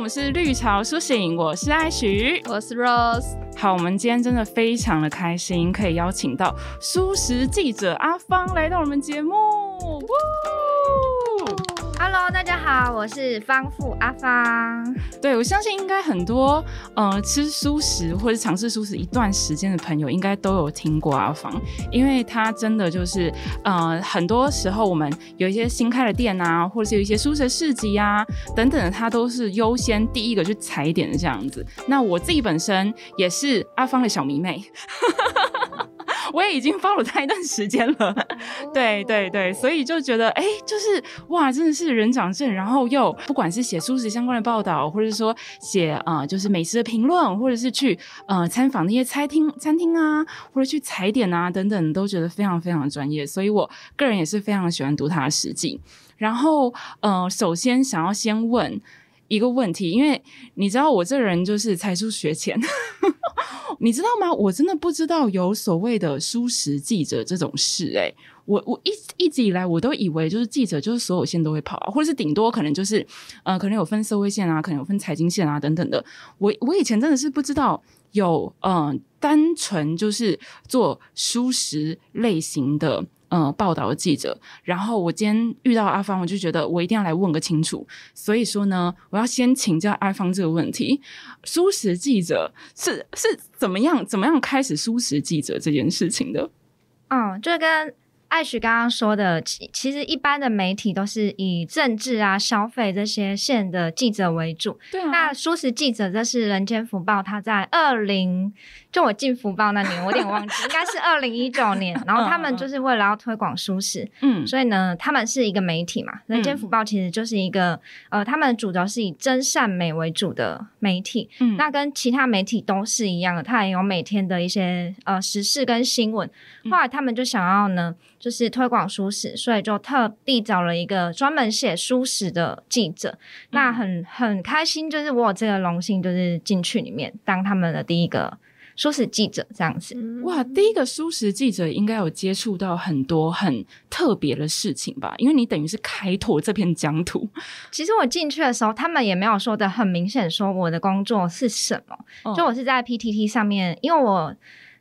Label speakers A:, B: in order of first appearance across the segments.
A: 们是绿潮苏醒，我是艾许。
B: 我是 Rose，
A: 好，我们今天真的非常的开心，可以邀请到素食记者阿芳来到我们节目。哇
C: Hello，大家好，我是方富阿芳。
A: 对，我相信应该很多呃吃素食或者尝试素食一段时间的朋友，应该都有听过阿芳，因为它真的就是呃很多时候我们有一些新开的店啊，或者是有一些素食市集啊等等的，它都是优先第一个去踩点的这样子。那我自己本身也是阿芳的小迷妹。 我也已经 follow 他一段时间了， 对对对，
C: 哦
A: 所以就觉得哎、就是哇，真的是人长正，然后又不管是写素食相关的报道，或者是说写呃就是美食的评论，或者是去呃参访那些餐厅餐厅啊，或者去踩点啊等等，都觉得非常非常专业，所以我个人也是非常喜欢读他的实际。然后呃，首先想要先问。一个问题，因为你知道我这人就是才疏学浅， 你知道吗？我真的不知道有所谓的书食记者这种事、欸，诶，我我一一直以来我都以为就是记者就是所有线都会跑啊，或者是顶多可能就是呃，可能有分社会线啊，可能有分财经线啊等等的。我我以前真的是不知道有嗯、呃，单纯就是做书食类型的。呃，报道的记者，然后我今天遇到阿芳，我就觉得我一定要来问个清楚。所以说呢，我要先请教阿芳这个问题：，素食记者是是怎么样怎么样开始素食记者这件事情的？
C: 嗯，就跟艾许刚刚说的，其其实一般的媒体都是以政治啊、消费这些线的记者为主。
A: 对
C: 那舒适记者，这是《人间福报》，他在二零就我进福报那年，我有点忘记，应该是二零一九 年。然后他们就是为了要推广舒适，
A: 嗯
C: 所以呢，他们是一个媒体嘛，《人间福报》其实就是一个、呃，他们的主轴是以真善美为主的媒体。
A: 嗯
C: 那跟其他媒体都是一样的，它也有每天的一些呃时事跟新闻。
A: 嗯
C: 后来他们就想要呢，就是推广舒适，所以就特地找了一个专门写舒适的记
A: 嗯
C: 者。那很很开心，就是我有这个荣幸，就是进去里面当他们的第一个舒适记者这样子。
A: 哇，第一个素食记者应该有接触到很多很特别的事情吧？因为你等于是开拓这片疆土，
C: 其实我进去的时候，他们也没有说的很明显，说我的工作是什么。
A: 嗯
C: 就我是在 PTT 上面，因为我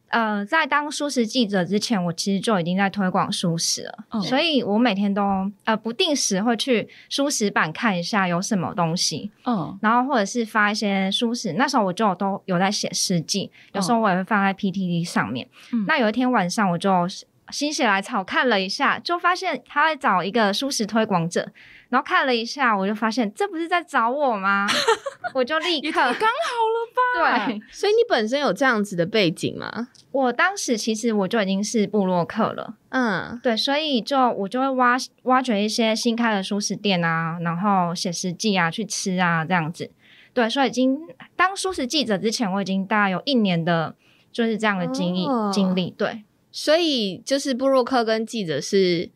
C: 呃在当舒适记者之前，我其实就已经在推广舒适了，
A: 嗯
C: 所以我每天都呃不定时会去舒适版看一下有什么东西，
A: 嗯
C: 然后或者是发一些舒适。那时候我就有都有在写诗记，有时候我也会放在 PTT 上面。
A: 哦嗯
C: 那有一天晚上，我就心血来潮看了一下，就发现他在找一个舒适推广者。然后看了一下，我就发现这不是在找我吗？ 我就立
A: 也
C: 刻
A: 太刚好了吧？
C: 对，
B: 所以你本身有这样子的背景吗？
C: 我当时其实我就已经是部落客了，
B: 嗯，
C: 对，所以就我就会挖挖掘一些新开的熟食店啊，然后写实记啊，去吃啊这样子。对，所以已经当熟食记者之前，我已经大概有一年的就是这样的经历、
B: 哦
C: 经历。对，
B: 所以就是布洛克跟记者是，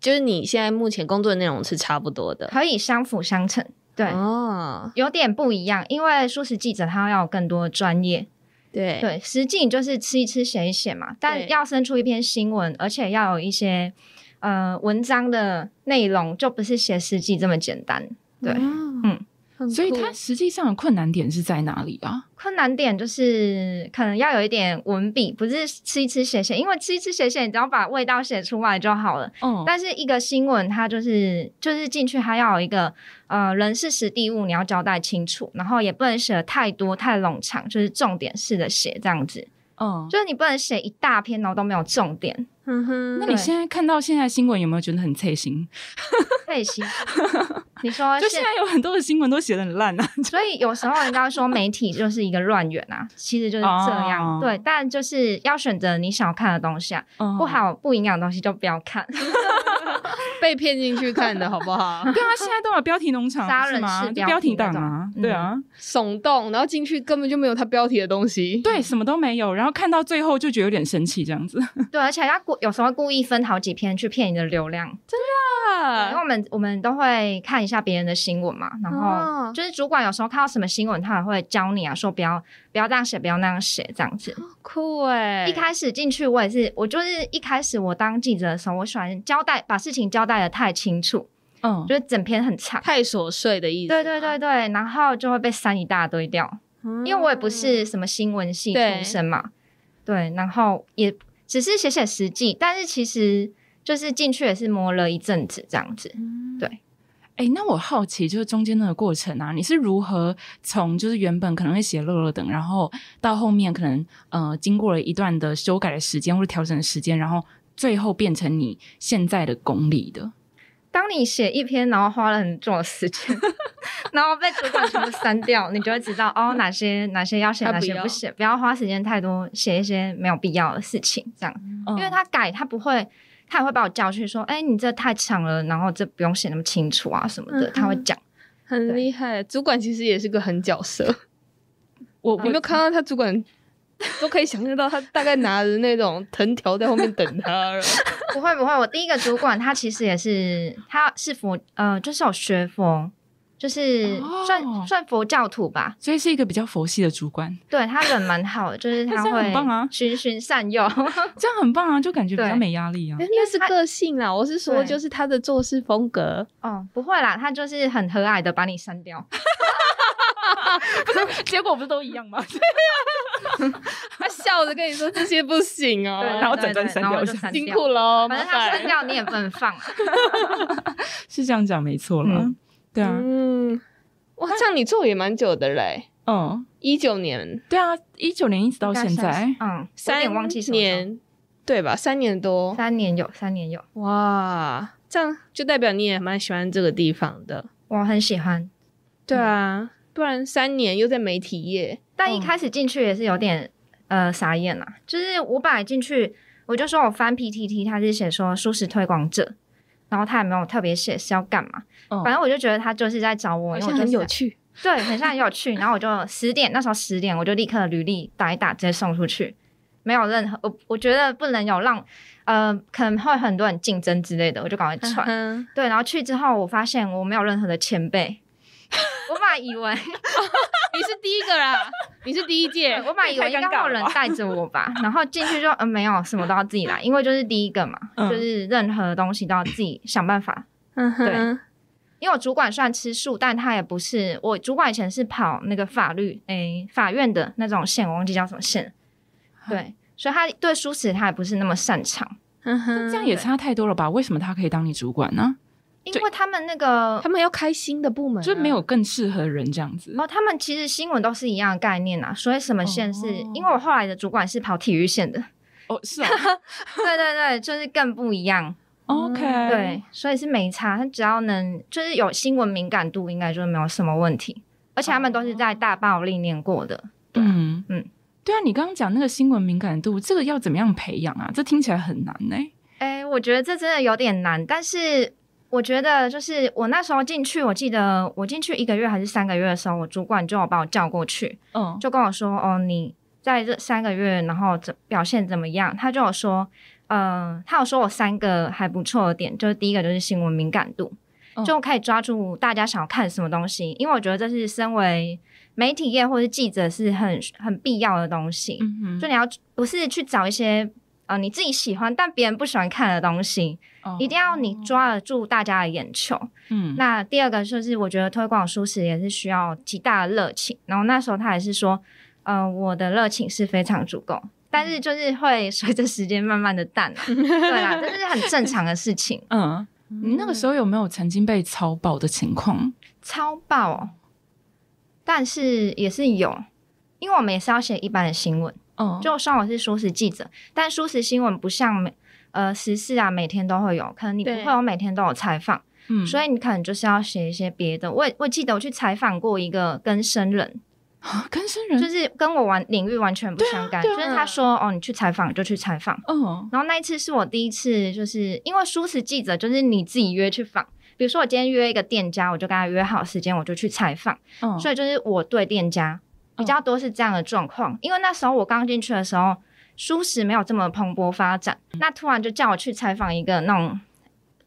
B: 就是你现在目前工作的内容是差不多的。
C: 可以相辅相成。对。
B: 哦，
C: 有点不一样，因为素食记者他要有更多的专业，
B: 对，
C: 对，实际你就是吃一吃写一写嘛，但
B: 对
C: 要生出一篇新闻，而且要有一些呃文章的内容，就不是写实际这么简单。对
B: 嗯
C: 嗯，
B: 很
A: 所以
B: 酷
A: 它实际上的困难点是在哪里啊？
C: 困难点就是可能要有一点文笔，不是吃一吃写写，因为吃一吃写写，你只要把味道写出来就好了。
A: 嗯，
C: 但是一个新闻，它就是就是进去，它要有一个呃人事实地物，你要交代清楚，然后也不能写的太多太冗长，就是重点式的写这样子，
A: 嗯，
C: 就是你不能写一大篇，然后都没有 重点，
B: 嗯哼，
A: 那
B: 那
A: 你
C: 对
A: 现在看到现在新闻有没有觉得很刺心？
C: 类型。你说
A: 就现
C: 现
A: 在有很多的新闻都写的很烂啊，
C: 所以有时候人家说媒体就是一个乱源啊，其实就是这样。
A: 哦
C: 对，但就是要选择你想要看的东西啊， 不
A: 不。
C: 好不营养的东西就不要看。
B: 被骗进去看的好不 好？
A: 对啊，现在都有标题农场，
C: 杀
A: 是
C: 人
A: 吗
C: 式
A: 就
C: 标
A: 标
C: 题
A: 题党
C: 那
A: 啊，
C: 种嗯
A: 对啊，
B: 耸动，然后进去根本就没有他标题的东西。
A: 对，什么都没有，然后看到最后就觉得有点生气，这样子。
C: 对，而且要故有时候故意分好几篇去骗你的流量，因为我们我们都会看一下别人的新闻嘛，然
B: 哦
C: 后就是主管有时候看到什么新闻，他也会教你啊，说不要不要这样写，不要那样写，这样子。
B: 酷哎、
C: 一开始进去我也是，我就是一开始我当记者的时候，我喜欢交代把事情交代的太清楚，
A: 嗯，
C: 就是整篇很长。
B: 太琐碎的意思吗。
C: 对对对对，然后就会被删一大堆掉，
B: 嗯，
C: 因为我也不是什么新闻系
B: 对
C: 出身嘛，对，然后也只是写写实际，但是其实就是进去也是磨了一阵子这样子。
B: 嗯，
C: 对
A: 哎、那我好奇，就是中间那个过程啊，你是如何从就是原本可能会写乐乐等，然后到后面可能呃经过了一段的修改的时间或者调整的时间，然后最后变成你现在的功力的？
C: 当你写一篇，然后花了很久的时 间，然后被主管全部删掉，你就会知道哦，哪些哪些要写，
B: 他不
C: 哪些
B: 要
C: 不写，不要花时间太多写一些没有必要的事情，这样。
A: 嗯
C: 因为他改他不会，他也会把我叫去说，哎、你这太长了，然后这不用写那么清楚啊什么的，
B: 嗯哼
C: 他会讲。
B: 很厉害。主管其实也是个狠角色，
A: 我
B: 你有没有看到他主管？都可以想象到他大概拿着那种藤条在后面等 他了。
C: 不会不会，我第一个主管他其实也是，他是佛呃，就是有学佛，就是
A: 哦
C: 算、算佛教徒吧。
A: 所以是一个比较佛系的主管，
C: 对他人蛮好的，就是
A: 那
C: 他
A: 这样很棒啊
C: 会循循善诱。
A: 这样很棒啊，就感觉比较
C: 对
A: 没压力啊。
B: 那是个性啦，我是说
C: 对
B: 就是他的做事风格。
C: 哦，不会啦，他就是很和蔼的把你删掉，
A: 结果不是都一样吗？
B: 他笑着跟你说这些不行哦，
C: 对
A: 然后整段
C: 对对
A: 删
C: 然后
A: 掉
C: 我
A: 这
C: 就
A: 样
C: 删
B: 辛
C: 掉
B: 苦。了，
C: 反
B: 麻
C: 正他删
B: 烦。
C: 掉你也不能放啊，
A: 是这样讲没错啦。
C: 嗯
A: 对啊，
B: 嗯，哇，这样你做也蛮久的嘞，
A: 嗯，
B: 一九年，
A: 对啊，一九年一直到现在，
C: 嗯，我有
B: 三
C: 点忘记什么时候
B: 年，对吧？三年多，
C: 三年有三年有，
B: 哇，这样就代表你也蛮喜欢这个地方的。
C: 我很喜欢。
B: 对啊，不然三年又在媒体业，
C: 但一
A: 嗯
C: 开始进去也是有点、呃傻眼啦，就是我本来进去我就说我翻 PTT，他是写说舒适推广者，然后他也没有特别写是要干嘛，
B: 哦
A: 嗯
C: 反正我就觉得他就是在找我，因为我就是在，
B: 趣。
C: 对，很像很有趣。然后我就十点那时候十点我就立刻履历打一打，直接送出去。没有任何，我我觉得不能有让，呃，可能会很多人竞争之类的，我就赶快传。
B: 嗯，
C: 对，然后去之后，我发现我没有任何的前辈， 我本来以为
B: 你是第一 个啦，你是第一届
C: 对，我本来以为应该会有人带着我吧，然后进去就嗯没有，什么都要自己来，因为就是第一个嘛，
A: 嗯
C: 就是任何东西都要自己想办法。
B: 嗯
C: 对，因为我主管虽然吃素，但他也不是我主管以前是跑那个法律诶、法院的那种线，我忘记叫什么线，对，所以他对素食他也不是那么擅长，
B: 嗯哼
A: 这样也差太多了吧？为什么他可以当你主管呢？
C: 因为他们那个
B: 他们要开新的部门啊，
A: 就没有更适合的人这样子
C: 哦，他们其实新闻都是一样的概念啊，所以什么线是、
A: 哦
C: 因为我后来的主管是跑体育线的，
A: 哦，是哦 哦
C: 对对对，就是更不一样。
A: ，OK，
C: 对，所以是没差，他只要能就是有新闻敏感度，应该就没有什么问题。而且他们都是在大爆历练过的，
A: 嗯
C: 嗯
A: 对啊，你刚刚讲那个新闻敏感度，这个要怎么样培养啊？这听起来很难呢、
C: 哎、我觉得这真的有点难，但是我觉得就是我那时候进去，我记得我进去一个月还是三个月的时候，我主管就有把我叫过去，
A: 嗯，
C: 就跟我说，哦，你在这三个月，然后怎表现怎么样？他就有说，呃，他有说我三个还不错的点，就是第一个就是新闻敏感度，
A: 嗯
C: 就可以抓住大家想要看什么东西，因为我觉得这是身为媒体业或是记者是很很必要的东西，
A: 嗯
C: 就
A: 哼，
C: 你要不是去找一些。呃，你自己喜欢但别人不喜欢看的东西，
A: 哦
C: 一定要你抓得住大家的眼球。
A: 嗯
C: 那第二个就是，我觉得推广舒适也是需要极大的热情。然后那时候他也是说，呃，我的热情是非常足够，但是就是会随着时间慢慢的淡、啊，对啦，这是很正常的事情。
A: 嗯，你那个时候有没有曾经被超爆的情况？
C: 超爆、哦，但是也是有，因为我们也是要写一般的新闻，
A: 嗯，
C: 就算我是舒适记者，但舒适新闻不像每呃时事啊，每天都会有，可能你不
B: 对
C: 会有每天都有采访。
A: 嗯
C: 所以你可能就是要写一些别的。我也我记得我去采访过一个跟生人，
A: 啊跟生
C: 就
A: 人，
C: 是跟我完领域完全不相干，
A: 对啊
C: 就是他说哦，你去采访就去采访。
A: 嗯
C: 然后那一次是我第一次，就是因为舒适记者就是你自己约去访。比如说我今天约一个店家，我就跟他约好时间，我就去采访。
A: 嗯，
C: 所以就是我对店家比较多是这样的状况，因为那时候我刚进去的时候，舒适没有这么蓬勃发展，
A: 嗯
C: 那突然就叫我去采访一个那种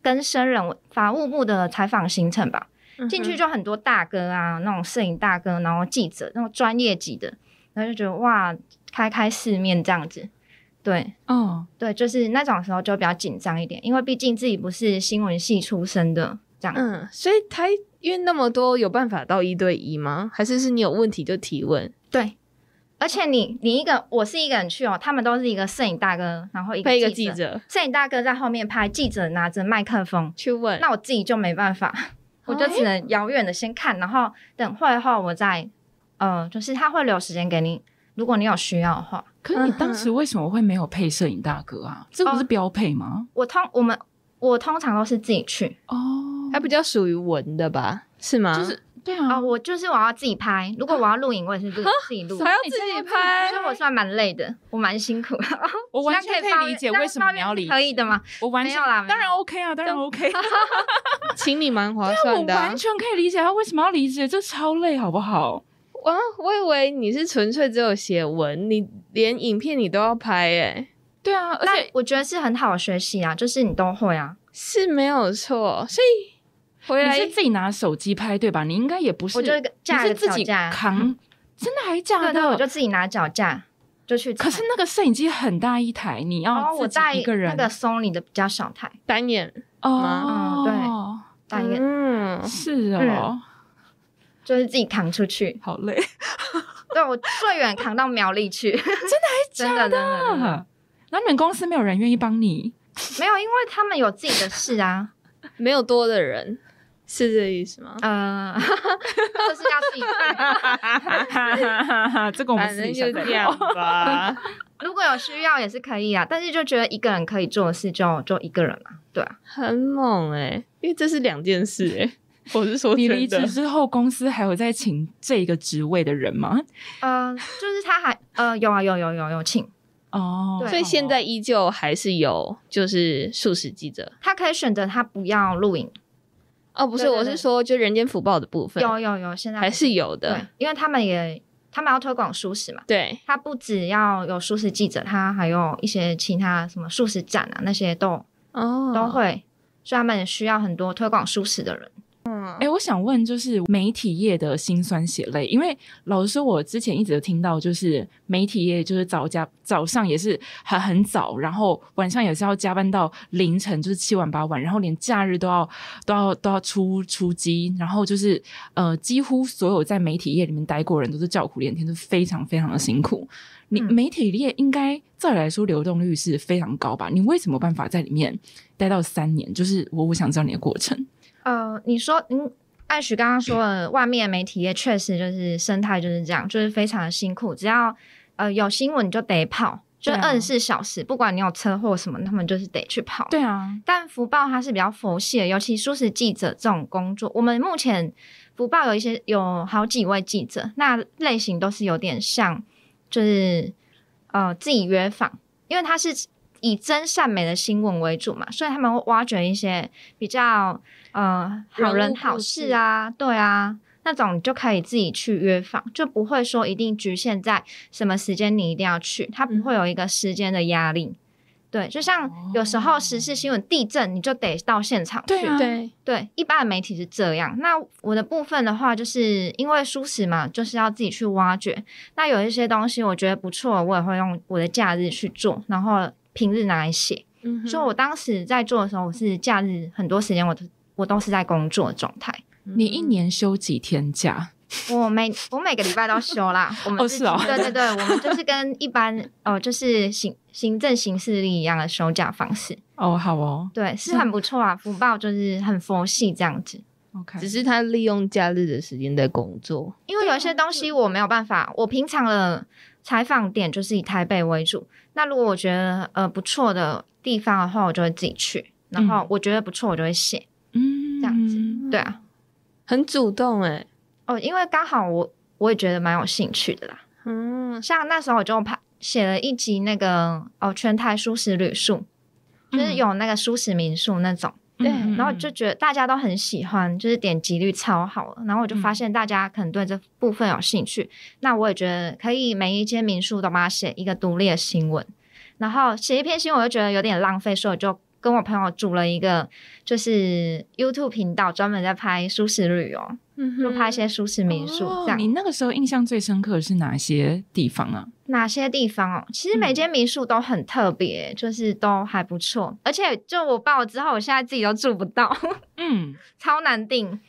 C: 跟生人法务部的采访行程吧，
B: 嗯
C: 进去就很多大哥啊，那种摄影大哥，然后记者那种专业级的，然后就觉得哇，开开世面这样子，对。
A: 嗯
C: 对，就是那种时候就比较紧张一点，因为毕竟自己不是新闻系出身的，这样。
B: 嗯，所以他因为那么多，有办法到一对一吗？还是是你有问题就提问，
C: 对，而且你你一个我是一个人去哦，他们都是一个摄影大哥，然后一
B: 配一
C: 个
B: 个记
C: 者，
B: 者
C: 摄影大哥在后面拍，记者拿着麦克风，
B: 去问？
C: 那我自己就没办法，我
A: 哦
C: 就只能遥远的先看，然后等会后我再，呃，就是他会留时间给你，如果你有需要的话。
A: 可是你当时为什么会没有配摄影大哥啊？这
C: 哦
A: 不是标配吗？
C: 我通我们我通常都是自己去
A: 哦，
C: 呃
B: 他比较属于文的吧？是吗？
A: 就是对
C: 啊、
A: 啊，
C: 我就是我要自己拍，如果我要录影，我也是自己自己录，哎
B: 还要
A: 你
B: 自
A: 这样
B: 己
A: 子
B: 拍
C: 所以我算蛮累的，我蛮辛苦的。
A: 我完全
C: 这
A: 可
C: 样抱
A: 以
C: 怨
A: 理解
C: 这样
A: 为什么
C: 抱怨
A: 你要理
C: 是可以的吗？
A: 我完
C: 没
A: 全
C: 有啦没有
A: 当然 OK 啊，当然 OK，
B: 请你蛮划
A: 我
B: 算的啊、
A: 完全可以理解他为什么要理解，这超累，好不好？
B: 哇，我以为你是纯粹只有写文，你连影片你都要拍、欸诶，
A: 对啊，而
C: 那
A: 且
C: 我觉得是很好的学习啊，就是你都会啊。
B: 是没有错。所以回
A: 你
B: 来
A: 是自己拿手机拍对吧？你应该也不是，
C: 我就
A: 你
C: 架一
A: 是
C: 个
A: 自
C: 脚
A: 己
C: 架，啊
A: 扛，真的还
C: 对啊
A: 假
C: 对，我就
A: 的？
C: 自己拿脚架就去踩。
A: 可是那个摄影机很大一台，你
C: 然
A: 要
C: 哦后我
A: 自己
C: 带
A: 一个人
C: 那个 Sony 的比较小台，
B: 单眼，
A: 哦，对，
C: 带一个
B: 嗯，
A: 是哦，
C: 就是自己扛出去。
A: 好累
C: 对我最远扛到苗栗去，真的真的真的真的
A: 啊！那你们公司没有人愿意帮你？
C: 没有，因为他们有自己的事啊。
B: 没有多的人，是这意思吗？
C: 呃， 就是要自己去。
A: 哈哈哈哈！这个我们
B: 反
A: 私
B: 正
A: 底
B: 就
A: 下再
B: 这
A: 聊
B: 样吧。
C: 如果有需要也是可以啊，但是就觉得一个人可以做的事就就一个人啊，对啊，
B: 很猛哎、因为这是两件事哎、我是说
A: 你
B: 真
A: 离职
B: 的，
A: 之后，公司还有在请这个职位的人吗？
C: 呃，就是他还呃有啊有有有有请，
A: 哦，
C: 对
B: 所以现在依旧还是有就是素食记者
C: 他可以选择他不要录影，
B: 哦，不是，
C: 对对
B: 我是
C: 对
B: 说就人间福报的部分
C: 有有有，现在
B: 还是有
C: 对
B: 的，，
C: 因为他们也他们要推广素食嘛，
B: 对，
C: 他不只要有素食记者，他还有一些其他什么素食展啊那些都
B: 哦，
A: 嗯
C: 都会，所以他们需要很多推广素食的人。
A: 哎、我想问，就是媒体业的辛酸血泪，因为老实说，我之前一直有听到，就是媒体业就是早加早上也是很很早，然后晚上也是要加班到凌晨，就是七晚八晚，然后连假日都要都要都要出出击，然后就是呃，几乎所有在媒体业里面待过的人都是叫苦连天，就是非常非常的辛苦。你
C: 嗯
A: 媒体业应该照理来说流动率是非常高吧？你为什么有办法在里面待到三年？就是我我想知道你的过程。
C: 呃，你说，嗯，艾许刚刚说的，外面媒体业确实就是生态就是这样，就是非常的辛苦。只要呃有新闻，你就得跑，就
A: 对啊
C: 二十四小时，不管你有车祸什么，他们就是得去跑。
A: 对
B: 嗯
A: 啊，
C: 但福报它是比较佛系的，尤其素食记者这种工作，我们目前福报有一些有好几位记者，那类型都是有点像，就是呃自己约访，因为它是以真善美的新闻为主嘛，所以他们会挖掘一些比较呃
B: 人物
C: 好人
B: 故
C: 好事啊，对啊。那种你就可以自己去约访，就不会说一定局限在什么时间你一定要去，它
B: 嗯
C: 不会有一个时间的压力。对，就像有时候时事新闻地震，你就得到现场去。
A: 对啊
B: 对，
C: 对一般的媒体是这样。那我的部分的话，就是因为舒适嘛，就是要自己去挖掘。那有一些东西我觉得不错，我也会用我的假日去做，然后平日拿来写。
B: 嗯哼
C: 所以我当时在做的时候，我是假日很多时间我都我都是在工作的状态。
B: 嗯
A: 你一年休几天假？
C: 我每我每个礼拜都 休啦，我们
A: 哦
C: 自
A: 是
C: 己
A: 哦
C: 对对对，我们就是跟一般呃就是行行政行事历一样的休假方式。
A: 哦，好哦
C: 对，是很不错啊。福报就是很佛系这样子，
A: ，OK，
B: 只是他利用假日的时间在工作，
C: 因
A: 啊
C: 为有一些东西我没有办法，我平常的采访点就是以台北为主。那如果我觉得呃不错的地方的话，我就会自己去，然后
A: 嗯
C: 我觉得不错，我就会写。
A: 嗯
C: 这样子对啊，
B: 很主动哎、
C: 哦，因为刚好我我也觉得蛮有兴趣的啦。
B: 嗯，
C: 像那时候我就拍写了一集那个哦全台舒适旅宿，就是
A: 嗯
C: 有那个舒适民宿那种。
A: 对
B: 嗯
C: 然后就觉得大家都很喜欢，就是点击率超好了。然后我就
A: 嗯
C: 发现大家可能对这部分有兴趣，那我也觉得可以每一间民宿都把它写一个独立的新闻，然后写一篇新闻我就觉得有点浪费，所以我就跟我朋友组了一个就是 YouTube 频道，专门在拍舒适旅游，
A: 嗯
C: 就拍一些舒适民宿
A: 哦
C: 这样。
A: 你那个时候印象最深刻的是哪些地方啊？
C: 哪些地方哦？其实
A: 嗯
C: 每间民宿都很特别，就是都还不错。而且就我报了之后，我现在自己都住不到，
A: 嗯，
C: 超难订。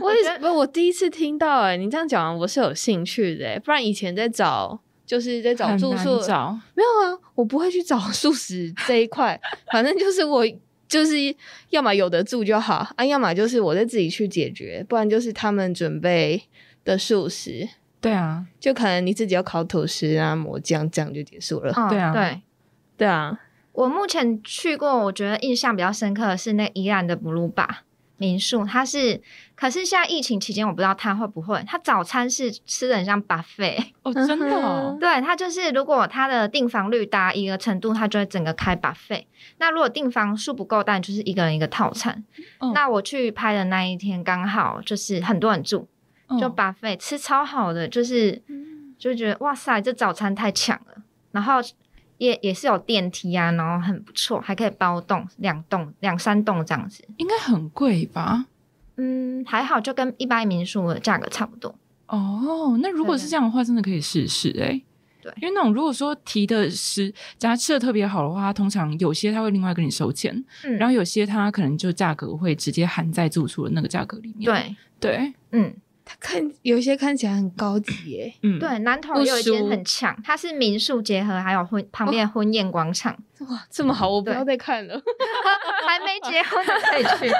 B: 我也是，不，我第一次听到哎、你这样讲完我是有兴趣的、欸，不然以前在找就是在找
A: 很
B: 住
A: 难
B: 宿，
A: 找
B: 没有啊，我不会去找 素食这一块，反正就是我就是要么有的住就好啊，要么就是我再自己去解决，不然就是他们准备的素食，
A: 对啊，
B: 就可能你自己要烤吐司啊、抹酱，这样就结束了。
C: 嗯，
A: 对啊
C: 对。
B: 对啊，
C: 我目前去过，我觉得印象比较深刻的是那宜兰的 Blue Bar 民宿，它是，可是现在疫情期间，我不知道它会不会，它早餐是吃的很像 buffet，
A: 哦，真的哦
B: 嗯，
C: 对，它就是如果它的订房率达一个程度，它就会整个开 buffet。那如果订房数不够，当然就是一个人一个套餐。
A: 嗯
C: 那我去拍的那一天，刚好就是很多人住，
A: 嗯
C: 就 buffet 吃超好的，就是就觉得哇塞，这早餐太强了。然后也也是有电梯啊，然后很不错，还可以包栋、两栋、两三栋这样子。
A: 应该很贵吧？
C: 嗯，还好，就跟一般民宿的价格差不多。
A: 哦，那如果
C: 对
A: 是这样的话，真的可以试试哎。
C: 对
A: 因为那种如果说提的是，假如吃的特别好的话，它通常有些它会另外跟你收钱，
C: 嗯，
A: 然后有些它可能就价格会直接含在住宿的那个价格里面。
C: 对，
A: 对，
C: 嗯
B: 它看有些看起来很高级耶、
A: 嗯，
C: 对，南投
B: 不
C: 有一间
B: 输
C: 很强，它是民宿结合，还有婚旁边的婚宴广场，
A: 哦
B: 哇，这么好，我不
C: 对
B: 要再看 了。
C: 还没结婚的可 以去，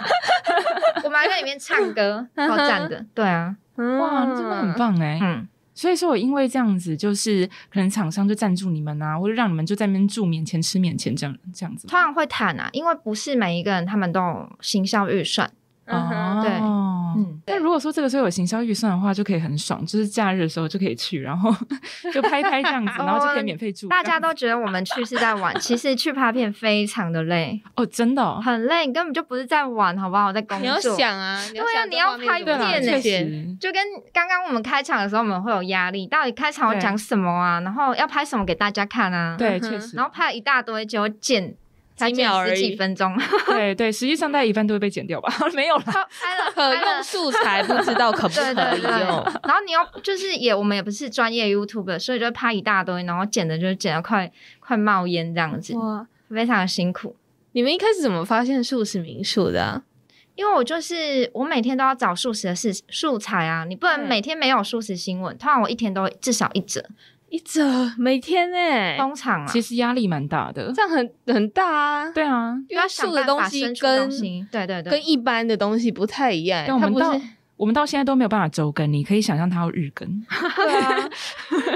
C: 我们还在里面唱歌，超赞 的。对啊，
A: 哇，那真的很
B: 嗯。
A: 棒哎。
C: 嗯，
A: 所以说我因为这样子，就是可能厂商就赞助你们啊，或者让你们就在那边住免钱吃免钱这样这样子吗。
C: 通常会谈啊，因为不是每一个人他们都有行销预算。
B: 嗯哼
C: 对
A: 哦
C: 嗯，
A: 但如果说这个时候有行销预算的话，就可以很爽，就是假日的时候就可以去，然后 就拍一拍这样子，然后就可以免费住。
C: 嗯大家都觉得我们去是在玩，其实去拍片非常的累，
A: 哦，真的哦，
C: 很累，你根本就不是在玩，好不好？在工作。
B: 你要想啊，你要
C: 对啊
B: 想
C: 你要拍
A: 对
C: 片
A: 啦，
C: 见
A: 确
C: 呢
B: 片，
A: 实，
C: 就跟刚刚我们开场的时候，我们会有压力，到底开场要
A: 对
C: 讲什么啊？然后要拍什么给大家看啊？
A: 对，
B: 嗯哼
A: 确实
C: 然，后拍了一大堆，结果剪才
B: 几
C: 剪
B: 秒而
C: 十
B: 已
C: 几分 钟，
A: 对对，实际上大家一半都会被剪掉吧？ 没有啦，
C: 拍了
B: 可
C: 拍了
B: 用素材不知道可 不
C: 对
B: 可
C: 对
B: 以
C: 对，
B: 用。
C: 然后你要就是也我们也不是专业 YouTube，所以就会拍一大堆，然后剪的就剪的快快冒烟这样子，
B: 哇，
C: 非常辛苦。
B: 你们一开始怎么发现素食民宿的、啊？
C: 因为我就是我每天都要找素食的事素材啊，你不能
B: 对
C: 每天没有素食新闻，通常我一天都至少一则，
B: 一折每天哎、
C: 通常啊
A: 其，实压力蛮大的
B: 这。样很很大啊。
A: 对啊，
B: 因为素的东西
C: 生出
B: 跟
C: 东西对对对，
B: 跟一般的东西不太一样，欸
A: 但我
B: 它
A: 们
B: 不
A: 到
B: 是
A: 我们到现在都没有办法周更，你可以想象它要日更。
B: 对 啊，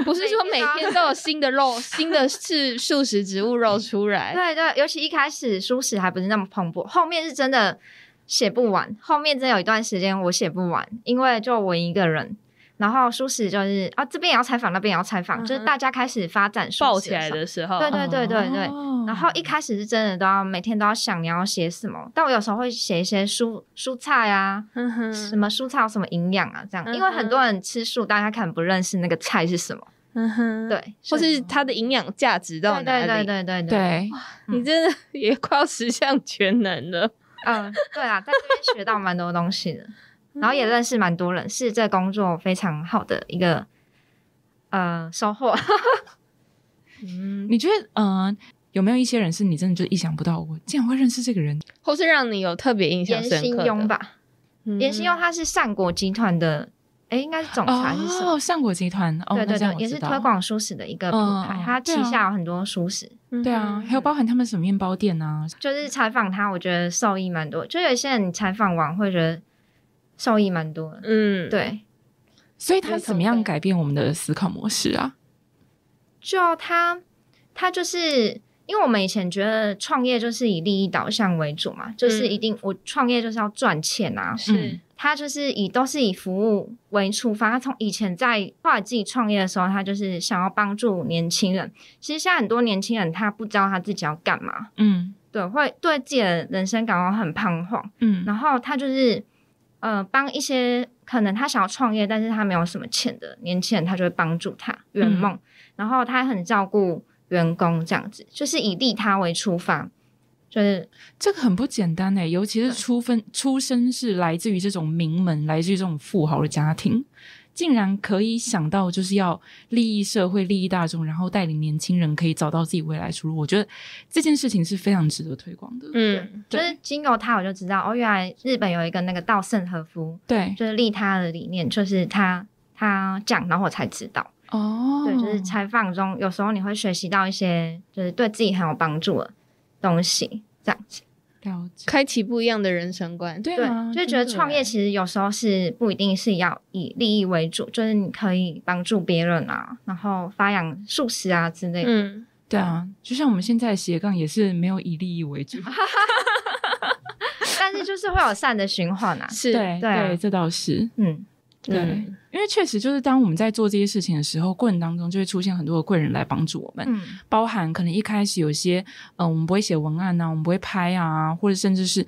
B: 不是说每天都有新的肉、新的是素食植物肉出 来。
C: 对对，尤其一开始舒适还不是那么蓬勃，后面是真的写不完。后面真的有一段时间我写不完，因为就我一个人。然后舒适就是啊，这边也要采访，那边也要采访，
B: 嗯哼
C: 就是大家开始发展舒
B: 抱
C: 适
B: 起来
C: 时候。
B: 的嗯时候，
C: 对对对对对
A: 哦
C: 然后一开始是真的都要每天都要想你要写什么，但我有时候会写一些蔬蔬菜啊，
B: 嗯
C: 什
B: 哼，
C: 么蔬菜有什么营养啊这样，因为
B: 嗯哼
C: 很多人吃素，大家可能不认识那个菜是什么，
B: 嗯哼，，
C: 对，
B: 或
C: 所以
B: 是它的营养价值到
C: 对
B: 哪
C: 对对
B: 里？
C: 嗯对对对，
A: 哦对，
B: 你真的 也快要十项全能了。
C: 嗯，对啊，在这边学到蛮多东西的，然后也认识蛮多人，是这工作非常好的一个呃收 获。
B: 嗯，
A: 你觉得嗯？有没有一些人是你真的就意想不到，我竟然会认识这个人？
B: 或是让你有特别印象
C: 严
B: 深
C: 新
B: 刻的。
C: 庸吧，
B: 嗯
C: 严新庸他是善果集团的，哎，应该是总裁还是什么？
A: 哦，上果集团，哦，那
C: 对对
A: 这样
C: 对，
A: 我
C: 也
A: 知
C: 是
A: 道
C: 推广舒适的一个品牌
A: 嗯嗯，
C: 他
A: 对啊
C: 旗下有很多舒适。
B: 嗯
A: 对
C: 嗯
A: 啊，还有包含他们什么面包店啊，
C: 就是采访他，我觉得受益蛮多。就有些人你采访完会觉得受益蛮多的。
B: 嗯，
C: 对，
A: 所以他怎么样改变我们的思考模式啊？
C: 就他，他就是因为我们以前觉得创业就是以利益导向为主嘛，就是一定、我创业就是要赚钱啊。
A: 嗯
B: 是，
C: 他就是以都是以服务为出发，他从以前在后来自己创业的时候，他就是想要帮助年轻人。其实现在很多年轻人他不知道他自己要干嘛，
A: 嗯
C: 对，会对自己的人生感到很彷徨。
A: 嗯
C: 然后他就是呃帮一些可能他想要创业，但是他没有什么钱的年轻人，他就会帮助他圆梦。然后他很照顾员工，这样子就是以利他为出发。就是
A: 这个很不简单哎，尤其是出分出身是来自于这种名门，来自于这种富豪的家庭，竟然可以想到就是要利益社会、利益大众，然后带领年轻人可以找到自己未来出路。我觉得这件事情是非常值得推广的。
B: 嗯，
C: 就是经由他，我就知道哦，原来日本有一个那个稻盛和夫，
A: 对，
C: 就是利他的理念，就是他他讲，然后我才知道。
A: 哦，
C: 对，就是采访中，有时候你会学习到一些就是对自己很有帮助的东西，这样子。
A: 了解，
B: 开启不一样的人生观。
A: 对
C: 对
A: 啊，，
C: 就觉得创业其实有时候是不一定是要以利益为主，就是你可以帮助别人啊，然后发扬素食啊之类的。
B: 嗯，。
A: 对啊，就像我们现在的斜杠也是没有以利益 为主，
C: 但是就是会有善的循环啊
B: 是，
A: 对
C: 对啊
A: 对，这倒是。
C: 嗯，
A: 对，
B: 嗯
A: 因为确实就是当我们在做这些事情的时候，过程当中就会出现很多的贵人来帮助我们，
C: 嗯，
A: 包含可能一开始有一些，嗯、我们不会写文案呐、我们不会拍啊，或者甚至是。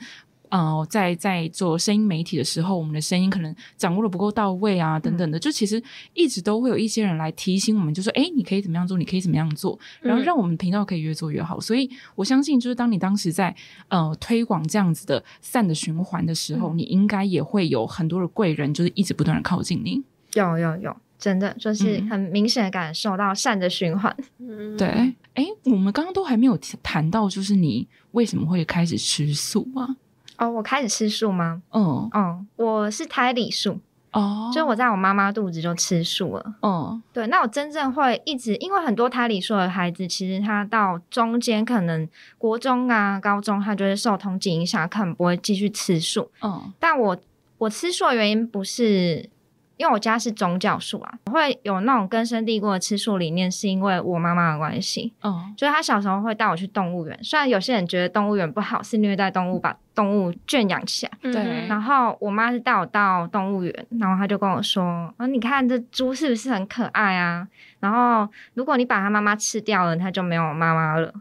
A: 呃，在在做声音媒体的时候，我们的声音可能掌握的不够到位啊，等等的，就其实一直都会有一些人来提醒我们，就说，哎，你可以怎么样做，你可以怎么样做，然后让我们频道可以越做越好。所以我相信，就是当你当时在呃推广这样子的善的循环的时候，
C: 嗯
A: 你应该也会有很多的贵人，就是一直不断的靠近你。
C: 有有有，真的就是
A: 嗯
C: 很明显的感受到善的循环。
B: 嗯
A: 对，，哎，我们刚刚都还没有提谈到，就是你为什么会开始吃素啊？
C: 哦，我开始吃素吗？
A: 嗯，
C: 哦，我是胎里素，
A: 哦，
C: 就是我在我妈妈肚子就吃素了。
A: 嗯，
C: 对，那我真正会一直，因为很多胎里素的孩子，其实他到中间可能国中啊、高中，他就会受通缉影响，他可能不会继续吃素。
A: 嗯
C: 但我我吃素的原因不是因为我家是宗教素啊，我会有那种根深蒂固的吃素理念，是因为我妈妈的关系。
A: 嗯，
C: 就是他小时候会带我去动物园，虽然有些人觉得动物园不好，是虐待动物，把动物圈养起来。
A: 对
C: 然后我妈是带我到动物园，然后她就跟我说：“啊，你看这猪是不是很可爱啊？然后如果你把它妈妈吃掉了，它就没有妈妈了。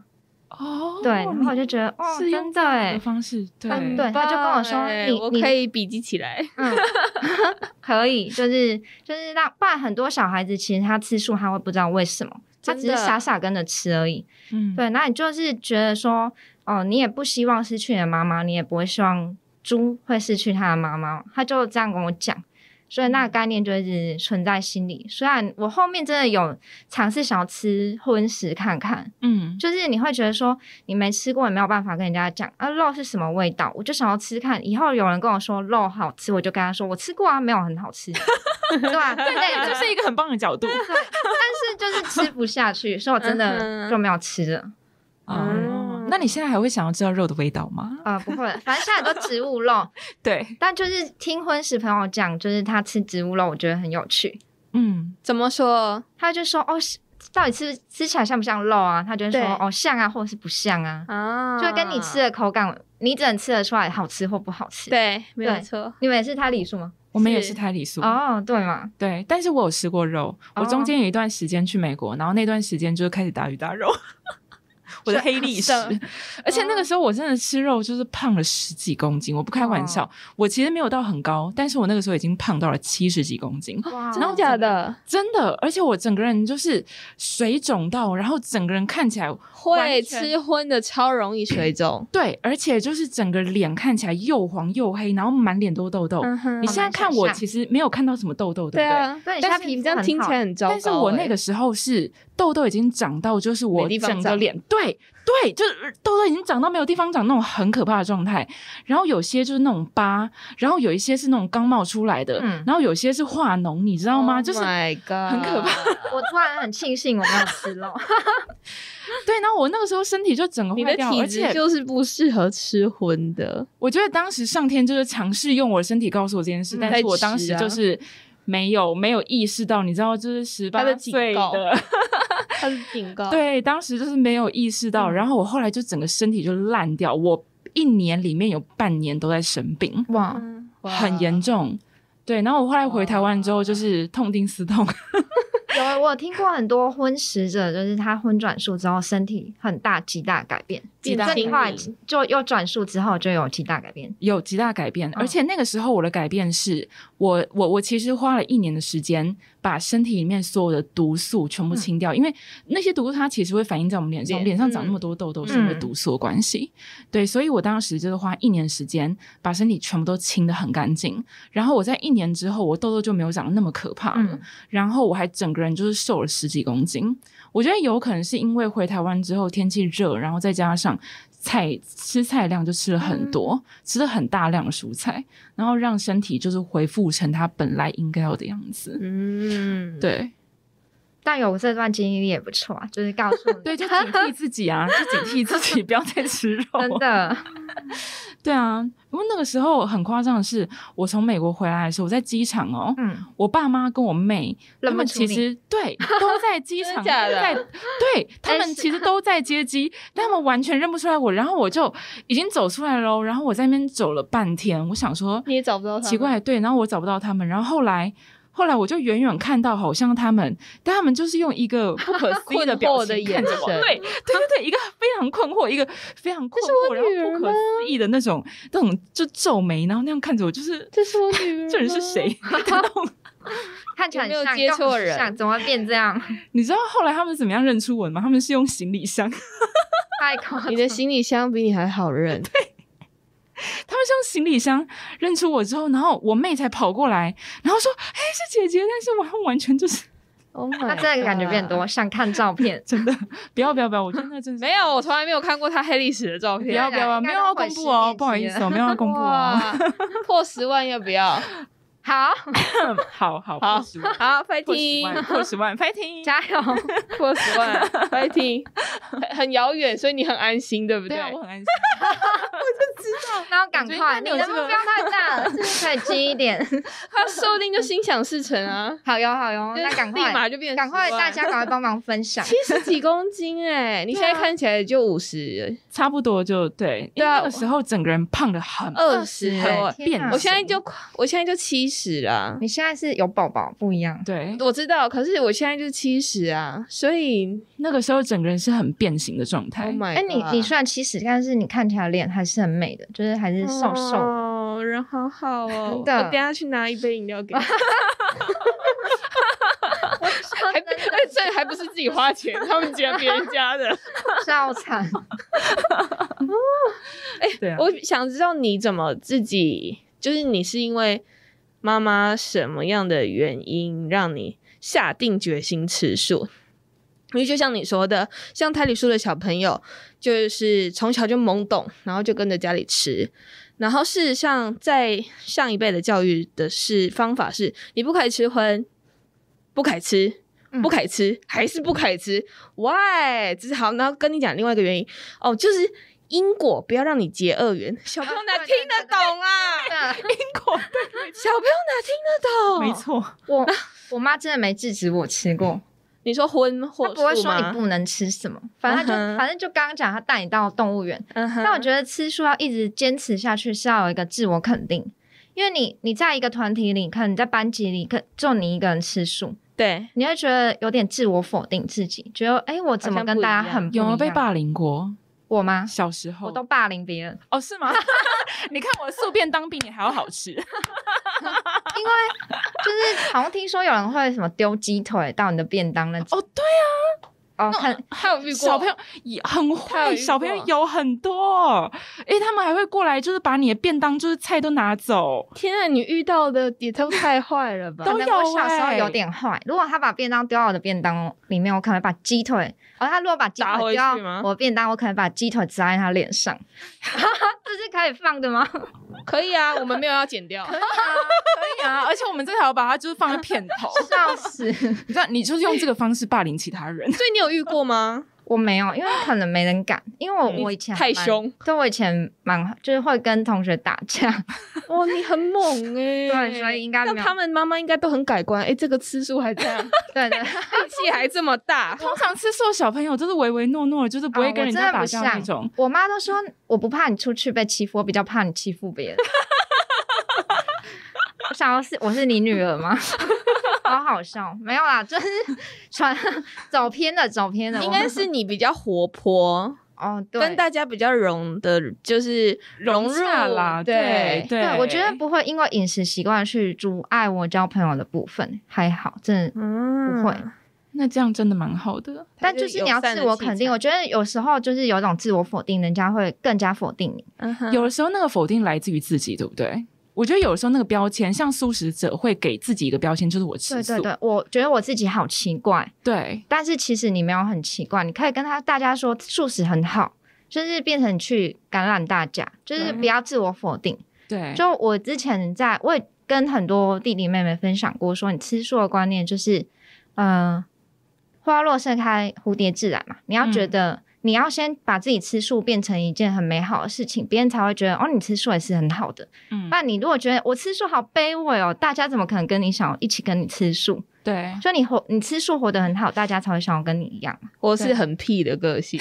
A: 哦，
C: 对，然后我就觉得哦，
A: 是用
C: 真
A: 这
C: 的
A: 样子
C: 哎
A: 的，方式，对
C: 嗯对他就跟我说
B: 哎
C: 你
B: 我
C: 你
B: 可以笔记起 来。
C: 嗯，可以，就是就是让，不然很多小孩子其实他吃素他会不知道为什么，他只
B: 真
C: 是
B: 的
C: 傻傻跟着吃而已。
A: 嗯，
C: 对，那你就是觉得说，哦，你也不希望失去你的妈妈，你也不会希望猪会失去它的妈妈，他就这样跟我讲，所以那个概念就一直存在心里。虽然我后面真的有尝试想要吃荤食看看，
A: 嗯，
C: 就是你会觉得说，你没吃过也没有办法跟人家讲啊，肉是什么味道，我就想要吃看。以后有人跟我说肉好吃，我就跟他说我吃过啊，没有很好吃， 对吧、对对，
A: 这
C: 就是
A: 是一个很棒的 角度。
C: 但是就是吃不下去，所以我真
B: 嗯
C: 的
B: 哼
C: 就没有吃了。
A: 哦，那你现在还会想要知道肉的味道吗？
C: 啊、不会，反正现在都植物肉，
A: 对，
C: 但就是听荤食朋友讲，就是他吃植物肉，我觉得很有趣。
A: 嗯，
B: 怎么说？
C: 他就说哦，是到底吃吃起来像不像肉啊？他就会说
B: 对
C: 哦像啊，或者是不像啊，
B: 啊，
C: 就跟你吃的口感，你只能吃得出来好吃或不好吃。，
B: 对，没有
C: 对哦
B: 错。
C: 你们也是胎里素吗？
A: 我们也
B: 是
A: 是胎里素
C: 哦，对嘛，
A: 对，但是我有吃过肉，我
C: 哦
A: 中间有一段时间去美国，然后那段时间就是开始打鱼打肉， 我的黑历史
C: 啊
B: 是是。
A: 而且那个时候我真的吃肉就是胖了十几公斤，我不开玩笑，
C: 哦
A: 我其实没有到很高，但是我那个时候已经胖到了七十几公斤，
C: 哇
B: 真的假的？
A: 真的，而且我整个人就是水肿到，然后整个人看起来
B: 会
A: 完全。
B: 吃荤的超容易水肿
A: 对，而且就是整个脸看起来又黄又黑，然后满脸都痘痘。
B: 嗯哼
A: 你现在看
C: 好
A: 我
C: 难想象
A: 其实没有看到什么痘痘，对
B: 对
A: 不对？
B: 啊，
C: 对，你现
B: 但
C: 在
B: 是
C: 皮
B: 你
C: 肤
B: 这样听起来
C: 很
B: 很糟糕欸。
A: 但是我那个时候是痘痘已经长到，就是我
B: 没地方
A: 整个
B: 长
A: 脸，对对，就是痘痘已经长到没有地方长那种很可怕的状态。然后有些就是那种疤，然后有一些是那种刚冒出来的，
C: 嗯
A: 然后有些是化脓，你知道吗
B: Oh
A: 就是
B: My God，
A: 很可怕。
C: 好我突然很庆幸我没有吃 肉，
A: 对。然后我那个时候身体就整个
B: 你的
A: 坏掉，
B: 体
A: 而
B: 质
A: 且
B: 就是不适合吃 荤的，
A: 我觉得当时上天就是尝试用我的身体告诉我这件事，
C: 嗯
A: 但是我当时
B: 在吃啊
A: 就是。没有没有意识到，你知道，就是十八
B: 他的警
A: 岁
B: 告
A: 的，
B: 它是警告。
A: 对，当时就是没有意识到，
C: 嗯
A: 然后我后来就整个身体就烂掉，我一年里面有半年都在生病，
C: 哇，
B: 嗯，
A: 很严重。对，然后我后来回台湾之后，就是痛定思痛，
C: 有我有听过很多荤食者，就是他荤转素之后身体很大极大改变，
A: 极大
C: 这一
A: 改
C: 块
B: 变
C: 就又转素之后就有极大改变。
A: 有极大改变。而且那个时候我的改变是我我我其实花了一年的时间把身体里面所有的毒素全部清掉，因为那些毒素它其实会反映在我们脸上，
B: 脸
A: 脸上长那
B: 嗯
A: 么多痘痘是因为
C: 嗯
A: 毒素的关系。对，所以我当时就是花一年时间把身体全部都清的很干净，然后我在一年之后，我痘痘就没有长得那么可怕了。
C: 嗯
A: 然后我还整个人就是瘦了十几公斤。我觉得有可能是因为回台湾之后天气热，然后再加上菜吃菜量就吃了很多，
C: 嗯
A: 吃了很大量的蔬菜，然后让身体就是恢复成它本来应该要的样子。
B: 嗯，，
A: 对
C: 但有这段经历也不错啊，就是告诉你，
A: 对，就警惕自己 啊，就警惕自己，不要再吃
B: 哦
A: 肉、
C: 真的，
A: 对啊，不过那个时候很夸张的是，我从美国回来的时候，我在机场哦，
C: 嗯，
A: 我爸妈跟我妹，他
C: 认不
A: 们
C: 出
A: 其
C: 你
A: 实对都在 机
B: 真的
A: 场，都
B: 假的啊
A: 在对他
C: 但
A: 们
C: 是
A: 其实都在接机，但他们完全认不出来我。然后我就已经走出来喽，然后我在那边走了半天，我想说
B: 你也找不到他们
A: 奇怪，对，然后我找不到他们，然后后来。后来我就远远看到，好像他们，但他们就是用一个不可思议
B: 困
A: 的表
B: 惑
A: 情
B: 的
A: 看
B: 眼
A: 着我，
B: 神
A: 对对对对，一个非常困惑，一个非常困惑，然后
B: 女儿
A: 不可思议的那种那种就皱眉，然后那样看着我，就是
B: 这是我女儿，
A: 这人是谁？他那种
C: 看起来很
B: 有没有
C: 像
B: 接
C: 又
B: 错
C: 很
B: 人
C: 像怎么会变这样？
A: 你知道后来他们怎么样认出我的吗？他们是用行李箱， 他
C: 太夸张
B: 你的行李箱比你还好认，
A: 们是用行李箱认出我之后，然后我妹才跑过来，然后说：“哎、是姐姐。”但是我完全就是。
B: Oh
C: 那
B: my，
C: 真的感觉变
B: God
C: 多，想看照片
A: 真的，不要不要不要，我真的真的是
B: 没有，我从来没有看过他黑历史的照
A: 不
B: 片。
A: 要不要不要，没有要公布哦，
C: 应该都毁尸灭迹了
A: 不好意思哦，没有要公布哦。
B: 哇，破十万要不要？
C: 好，
A: 好好
B: 好
A: 破十万，
B: 好
A: 破十
B: ，fighting，
A: 万， 破十万，fighting！
C: 加油！
B: 破十万，fighting，很很遥远，所以你很安心，对不
A: 对
B: 对？
A: 啊， 我很安心。
C: 那要赶
A: 我觉得
C: 快，
A: 你
C: 你
A: 有
C: 的
A: 这
C: 目
A: 个
C: 标太大了，是不是可以近一点？
B: 他说不定就心想事成啊！
C: 好哟，好哟，哦那赶
B: 立马
C: 快，
B: 就变，
C: 赶快，大家啊赶快帮忙分享。
B: 七十几公斤哎、你现在看起来就五十、
A: 差不多就对，因
B: 对
A: 为
B: 啊
A: 那个时候整个人胖的很，
B: 二十
C: 对
B: 多。
A: 很
C: 天
A: 变
C: 哪
A: 形。
B: 我现在就我现在就七十啦，
C: 你现在是有宝宝，不一样。
A: 对，
B: 我知道，可是我现在就七十啊，所以
A: 那个时候整个人是很变形的状态
B: Oh。my，
C: 哎，你
B: God
C: 你虽然七十，但是你看起来脸还是很美的，就是还是瘦瘦的。
B: 哦，人好好哦，
C: 真的
B: 我等一下去拿一杯饮料给你，还 还 这还不是自己花钱，他们觉得别人家 的。
C: 超惨，
A: 对啊，
B: 我想知道你怎么自己，就是你是因为妈妈什么样的原因让你下定决心吃素？因为就像你说的，像胎里素的小朋友，就是从小就懵懂，然后就跟着家里吃。然后事实上，在上一辈的教育的是方法是，你不可以吃荤，不可以吃，
C: 嗯
B: 不可以吃，还是不可以吃。Why？只是好，然后跟你讲另外一个原因哦，就是因果不要让你结恶缘。小朋友哪
C: 对
B: 听
C: 对
B: 得
C: 对
B: 懂啊？
A: 英国，
B: 小朋友哪听得懂？
A: 没，错，
C: 我我妈真的没制止我吃过，
B: 你说荤或
C: 她不会
B: 素
C: 说
B: 嗯吗
C: 你，不能吃什么，反正她就
B: 嗯哼
C: 反正就刚刚讲，她带你到动物园，
B: 嗯哼
C: 但我觉得吃素要一直坚持下去是要有一个自我肯定，因为你你在一个团体里，可能你在班级里，可就你一个人吃素，
B: 对，
C: 你会觉得有点自我否定自己，觉得哎、诶我怎么跟大家很不一
A: 有
C: 样
A: 没有被霸哦凌过？
C: 我吗？
A: 小时候
C: 我都霸凌别人，
A: 哦，是吗？ 你看我的素便当比你还要好吃，
C: 因为就是好像听说有人会什么丢鸡腿到你的便当那种
A: 哦对
C: 哦，看
B: 还有遇过
A: 小朋友也很
B: 他有遇
A: 坏，
B: 过
A: 小朋友有很多，诶，他们还会过来，就是把你的便当就是菜都拿走，
B: 天啊，你遇到的也都太坏了吧
A: 都
C: 可能我
A: 有
C: 小时候
A: 欸
C: 有点坏。如果他把便当丢到我的便当里面，我可能会把鸡腿；而、他如果把鸡
B: 打
C: 腿
B: 回
C: 丢到
B: 去吗
C: 我的便当，我可能把鸡腿砸在他脸 上。这是可以放的吗？可
B: 可以啊，我们没有要剪掉。
C: 以啊，
A: 对啊，而且我们这条把它就是放在片头，
C: 笑死！
A: 你知道，你就是用这个方式霸凌其他人，
B: 所以你有遇过 吗？
C: 我没有，因为可能没人敢，因为我我以前
B: 嗯太
C: 蛮，
B: 凶
C: 对我以前蛮就是会跟同学打架，
B: 哦，你很 猛哎
C: 对， 所以应该
B: 那
C: 没有
B: 他。们妈妈应该都很改观，哎，这个吃素还这样， 力
C: 对对，
B: 气还这么大，
A: 通常吃素的小朋友都是唯唯诺诺，就是不会
C: 哦
A: 跟人
C: 我
A: 家
C: 真的
A: 打
C: 不
A: 架那
C: 像
A: 种。
C: 我妈都说我不怕你出去被欺负，我比较怕你欺负别人。我想要是我是你女儿吗？ 好好笑，没有 啦，就是传走偏了，走偏了。
B: 应该
C: 我
B: 是你比较活泼，
C: 哦，对
B: 跟大家比较融的，就是融入
A: 下啦，对
C: 对我觉得不会因为饮食习惯去阻碍我交朋友的部分，还好，真的
B: 嗯
C: 不会。
A: 那这样真的蛮好的。
B: 它
C: 但就
B: 就是是
C: 你
B: 友
C: 要
B: 善
C: 自
B: 的
C: 我
B: 气
C: 肯定，
B: 场
C: 我觉得有时候就是有一种自我否定，人家会更加否定你。
B: 嗯哼
A: 有的时候那个否定来自于自己，对不对？我觉得有的时候那个标签，像素食者会给自己一个标签，就是我吃
C: 对
A: 素。
C: 对对，我觉得我自己好奇怪，
A: 对
C: 但是其实你没有很奇怪，你可以跟他大家说素食很好，甚至变成去感染大家，就是
B: 对
C: 不要自我否定。
A: 对
C: 就我之前在，我也跟很多弟弟妹妹分享过，说你吃素的观念就是，呃，花落盛开，蝴蝶自来嘛。你要觉
A: 嗯
C: 得，你要先把自己吃素变成一件很美好的事情，别人才会觉得哦，你吃素也是很好的。
A: 嗯
C: 那你如果觉得我吃素好卑微哦，大家怎么可能跟你想一起跟你吃素？
A: 对，
C: 所以你活你吃素活得很好，大家才会想要跟你一样。
B: 我是
A: 对
B: 很屁的个 性，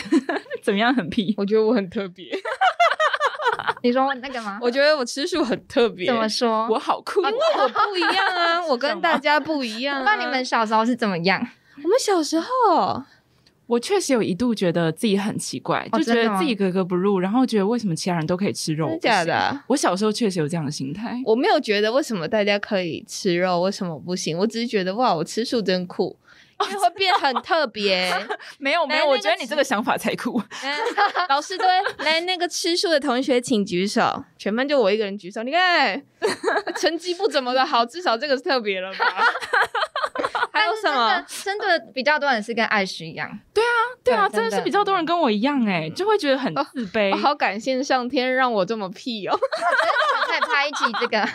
A: 怎么样很屁？
B: 我觉得我很特别，
C: 你说那个吗？
B: 我觉得我吃素很特 别，
C: 怎么说？
A: 啊我好酷，哦
B: 我不一样啊，我跟大家不一样、啊。
C: 那你们小时候是怎么样？
B: 我们小时候，
A: 我确实有一度觉得自己很奇怪，
C: 哦
A: 就觉
C: 真的
A: 得
C: 吗
A: 自己格格不入，然后觉得为什么其他人都可以吃肉，
B: 真
A: 我
B: 的
A: 不行
B: 假的啊
A: 我小时候确实有这样的心态。
B: 我没有觉得为什么大家可以吃肉，为什么不行？我只是觉得哇，我吃素真酷，因为会变很 特别。
A: 没有没
B: 来
A: 有，我
B: 那个
A: 觉得你这个想法才酷。
B: 嗯老师都会来，那个吃素的同学请举手，全班就我一个人举手。你看成绩不怎么的好，至少这个是特别了吧？ 还有什么？
C: 但是真的？真的比较多人是跟艾许一 样，
A: 对啊，
C: 对
A: 真
C: 真的
A: 的是比较多人跟我一样哎，就会觉得很
B: 哦
A: 自卑
B: 我。好感谢上天让我这么屁哦！
C: 可以拍一集这个。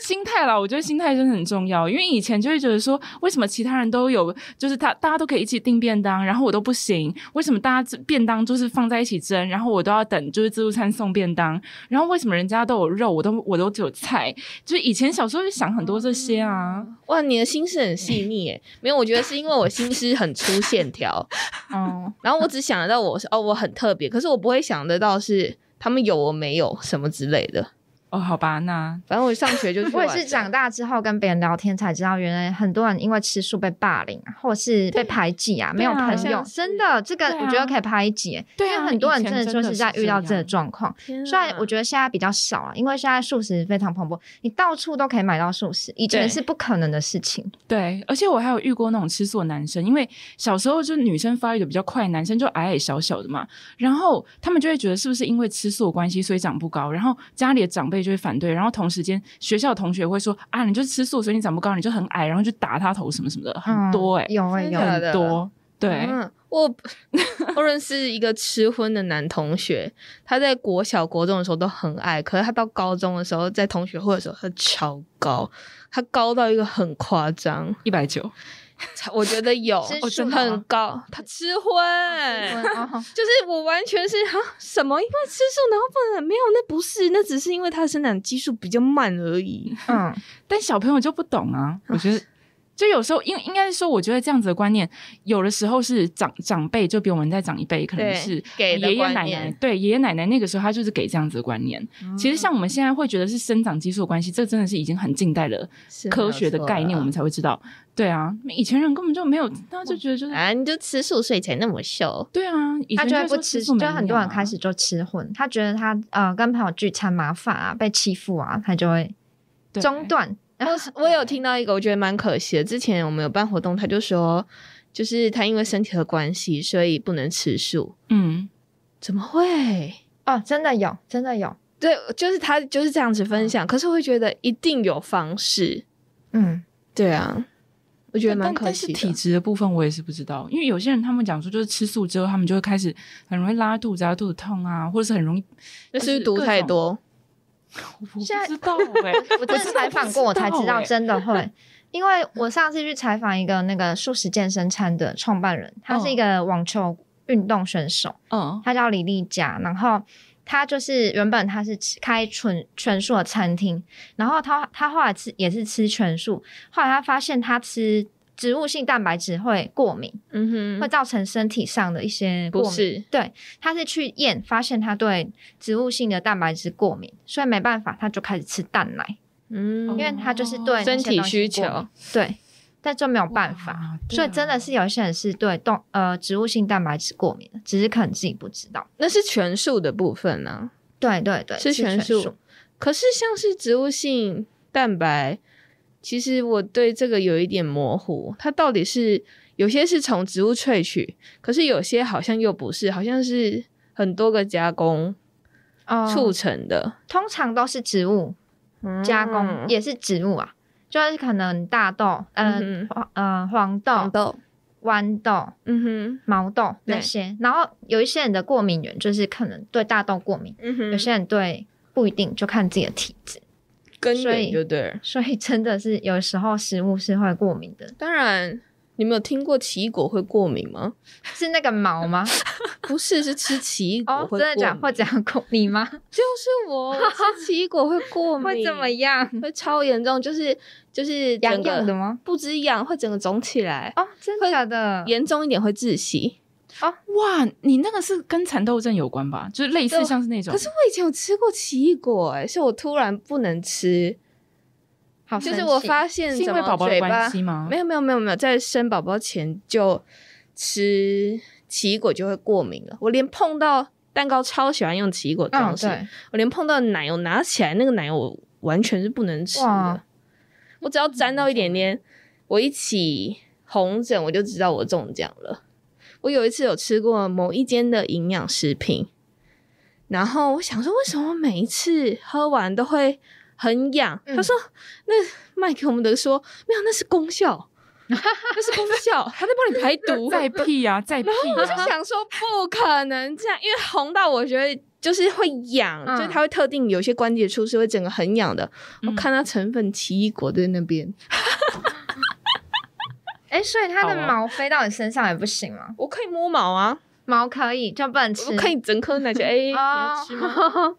A: 心态啦，我觉得心态真的很重要，因为以前就会觉得说，为什么其他人都有，就是他大家都可以一起订便当，然后我都不行，为什么大家便当就是放在一起蒸，然后我都要等就是自助餐送便当，然后为什么人家都有肉，我都我都只有菜，就是以前小时候就想很多这些啊，
B: 哇，你的心思很细腻诶，没有，我觉得是因为我心思很粗线条，
C: 哦，
B: 然后我只想得到我是哦，我很特别，可是我不会想得到是他们有我没有什么之类的。
A: 哦，好吧，那
B: 反正我上学就去
C: 我也
B: 玩
C: 是
B: 的
C: 长大之后跟别人聊天才知道，原来很多人因为吃素被霸凌啊，或是被排挤啊，没有
A: 好
C: 朋
A: 像
C: 友。
B: 是
C: 真的，这个
A: 对啊
C: 我觉得可以拍一集，
A: 对
C: 因为
A: 啊，
C: 很多人
A: 以前
C: 真
A: 真
C: 的就是在遇到这个
A: 种，
C: 状况。
B: 天啊
C: 虽然我觉得现在比较少啊了，因为现在素食非常蓬勃，你到处都可以买到素食，以前
A: 对
C: 是不可能的事情。
A: 对，而且我还有遇过那种吃素的男生，因为小时候就是女生发育的比较快，男生就矮矮小小的嘛，然后他们就会觉得是不是因为吃素的关系，所以长不高，然后家里的长辈就会反对，然后同时间学校的同学会说啊，你就吃素，所以你长不高，你就很矮，然后就打他头什么什么的，很多哎、
C: 嗯有哎、
B: 真
C: 有
B: 的，
A: 很多，对，
B: 嗯，我 我认识一个吃荤的男同学，他在国小、国中的时候都很矮，可是他到高中的时候，在同学会的时候，他超高，他高到一个很夸张，
A: 一百九，
B: 才我觉得有
C: 吃
A: 哦真的
B: 很
A: 吗
B: 高，他吃 荤。
C: 哦
B: 就是我完全是啊什么？因为吃素然后不能没有？那不是，那只是因为他的生长激素比较慢而 已。
C: 嗯，
A: 但小朋友就不懂啊，我觉得。就有时候，应应该是说，我觉得这样子的观念，有的时候是长长辈就比我们再长一辈，可能
B: 对
A: 是
B: 给的
A: 爷爷
B: 观
A: 奶奶
B: 念，
A: 对爷爷奶奶那个时候，他就是给这样子的观念。
C: 嗯
A: 其实像我们现在会觉得是生长激素的关系，这真的是已经很近代的
B: 是啊
A: 科学
C: 啊
A: 的概念，我们才会知道。对啊，以前人根本就没有，他就觉得就是
B: 啊，你就吃素所以才那么瘦。
A: 对啊，以
C: 嗯他
A: 前
C: 就会
A: 会
C: 不
A: 说
C: 吃，
A: 吃
C: 就
A: 素没
C: 很多
A: 营
C: 人
A: 养啊
C: 开始就吃荤，他觉得他呃跟朋友聚餐麻烦啊，被欺负啊，他就会
A: 对
C: 中断。
B: 啊
C: 然后
B: 我有听到一个，我觉得蛮可惜的。之前我们有办活动，他就说，就是他因为身体的关系，所以不能吃素。
A: 嗯，
B: 怎么会？
C: 哦，真的有，真的有，
B: 对，就是他就是这样子分享。可是我会觉得一定有方式。
C: 嗯，
B: 对啊，我觉得蛮
A: 但
B: 可
A: 但是
B: 惜
A: 体
B: 的。
A: 质的部分我也是不知道，因为有些人他们讲说，就是吃素之后，他们就会开始很容易拉肚子啊、肚子痛啊，或者是很容易
B: 那
A: 就
B: 是不
A: 是是
B: 读
A: 各
B: 太
A: 种
B: 多，
A: 我不
C: 现在
A: 知道 哎、
C: 我真的采访过，我才知道欸真的 会。因为我上次去采访一个那个素食健身餐的创办人，他是一个网球运动选手，
A: 嗯，
C: 他叫李丽佳，然后他就是原本他是吃开纯全素的餐厅，然后他他后来吃也是吃全素，后来他发现他吃植物性蛋白质会过敏，
B: 嗯
C: 会
B: 哼，
C: 造成身体上的一些过
B: 不
C: 敏。
B: 是，
C: 对，他是去验发现他对植物性的蛋白质过敏，所以没办法，他就开始吃蛋奶，
B: 嗯，
C: 因为他就是对
B: 哦身
C: 那些
B: 体
C: 东西
B: 需
C: 过敏
B: 求。
C: 对，但就没有办法。
A: 啊哇对
C: 所以真的是有一些人是对动呃植物性蛋白质过敏的，只是可能自己不知道。
B: 那是全素的部分呢、
C: 对对对，
B: 是全
C: 呃素。
B: 素可是像是植物性蛋白，其实我对这个有一点模糊，它到底是有些是从植物萃取，可是有些好像又不是，好像是很多个加工
C: 哦
B: 促成的、
C: 通常都是植物加工，
B: 嗯
C: 也是植物啊，就是可能大豆、嗯、
B: 嗯
C: 黄呃黄豆、
B: 豆，
C: 豌豆、
B: 嗯哼，
C: 毛豆
B: 对
C: 那些。然后有一些人的过敏源就是可能对大豆过敏，
B: 嗯哼，
C: 有些人对不一定，就看自己的体质。
B: 根
C: 所以
B: 源就对了。
C: 所以真的是有时候食物是会过敏的，
B: 当然，你们有听过奇异果会过敏吗？
C: 是那个毛 吗？
B: 不是，是吃奇异果
C: 哦，
B: 会过
C: 真
B: 敏。
C: 的假的？会怎样过敏吗？
B: 就是我吃奇异果会 过敏，
C: 会怎么样？
B: 会超严重，就是就是整
C: 痒
B: 个
C: 痒的吗？
B: 不止痒，会整个肿起来，
C: 哦，真的假的？哦
B: 严重一点会窒息。
A: 哇，你那个是跟蚕豆症有关吧？就是类似
B: 对
A: 像是那种
B: 可，是我以前有吃过奇异果、欸，是我突然不能吃，
C: 好
B: 就
C: 神
B: 是
C: 奇
B: 我发现
A: 是因
B: 怎
A: 为
B: 么
A: 宝宝的
B: 嘴
A: 关
B: 巴
A: 系吗？
B: 没有没有没有没有，在生宝宝前就吃奇异果就会过敏了，我连碰到蛋糕超喜欢用奇异
A: 哦
B: 果装
C: 嗯，
B: 饰，
C: 对，
B: 我连碰到奶油拿起来那个奶油我完全是不能吃的
C: 哇，
B: 我只要沾到一点点，我一起红疹我就知道我中奖了。我有一次有吃过某一间的营养食品，然后我想说为什么每一次喝完都会很痒？
C: 嗯
B: 他说那卖给我们的说没有，那是 功效。那是功效，他在帮你排毒。
A: 在屁呀、在屁、啊
B: 我就
A: 呀！
B: 想说不可能这样，因为红到我觉得就是会痒，
C: 嗯
B: 就是它会特定有些关节处是会整个很痒的。
A: 嗯
B: 我看它成分奇异果在那边，
C: 哎，所以它
A: 好
C: 的
A: 哦
C: 毛飞到你身上也不行吗？哦
B: 我可以摸毛啊，
C: 毛可以，就不能吃。
B: 我可以整颗拿 起来，哎、你
A: 哦
B: 要吃吗？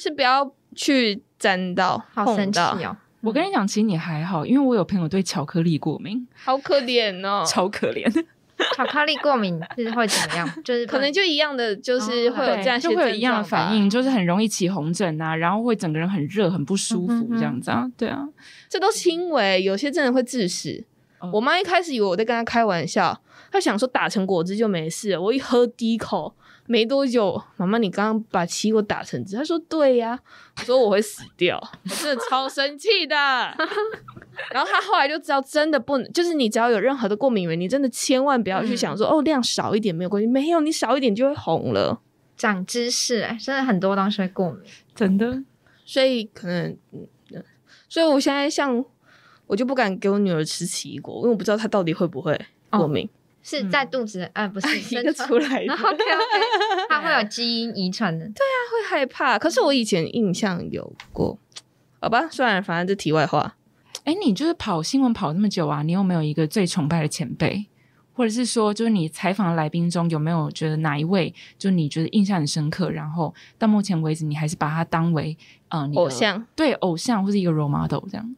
B: 是不要去沾到，
C: 好
B: 碰
C: 神奇
B: 到，
A: 啊
C: 哦！
A: 我跟你讲，其实你还好，因为我有朋友对巧克力过敏，
B: 好可怜哦。
A: 超可怜，
C: 巧克力过敏是会怎么 样？就是
B: 可能就一样的，就是
C: 哦
B: 会有这
A: 对，
B: 样一些
A: 就会有一样的
B: 症状吧
A: 反，应，就是很容易起红疹啊，然后会整个人很热、很不舒
C: 嗯哼
A: 服
C: 哼
A: 这样子啊，对啊，
B: 这都轻微，有些真的会致死。
A: 哦
B: 我妈一开始以为我在跟她开玩笑，她想说打成果汁就没事了。我一喝第一口，没多久，妈妈你刚刚把奇异果打成汁，她说对呀、我说我会死掉，我真的超生气的。 然后她后来就知道，真的不能，就是你只要有任何的过敏源，你真的千万不要去想说、哦量少一点没有关系，没有你少一点就会红了。
C: 长知识哎、真的很多东西会过敏。
A: 真的，
B: 所以可能，嗯嗯所以我现在像我就不敢给我女儿吃奇异果，因为我不知道她到底会不会过敏。
C: 是在肚子，哎、不是
B: 一个出来的，
C: 然后 OK OK，它会有基因遗传的。对，
B: 会害怕。可是我以前印象有过，好吧，算了，反正这题外话。
A: 哎，你就是跑新闻跑那么久啊，你有没有一个最崇拜的前辈，或者是说，就是你采访的来宾中有没有觉得哪一位，就你觉得印象很深刻，然后到目前为止你还是把他当为呃你的
B: 偶，像，
A: 对偶像或是一个 role model 这样，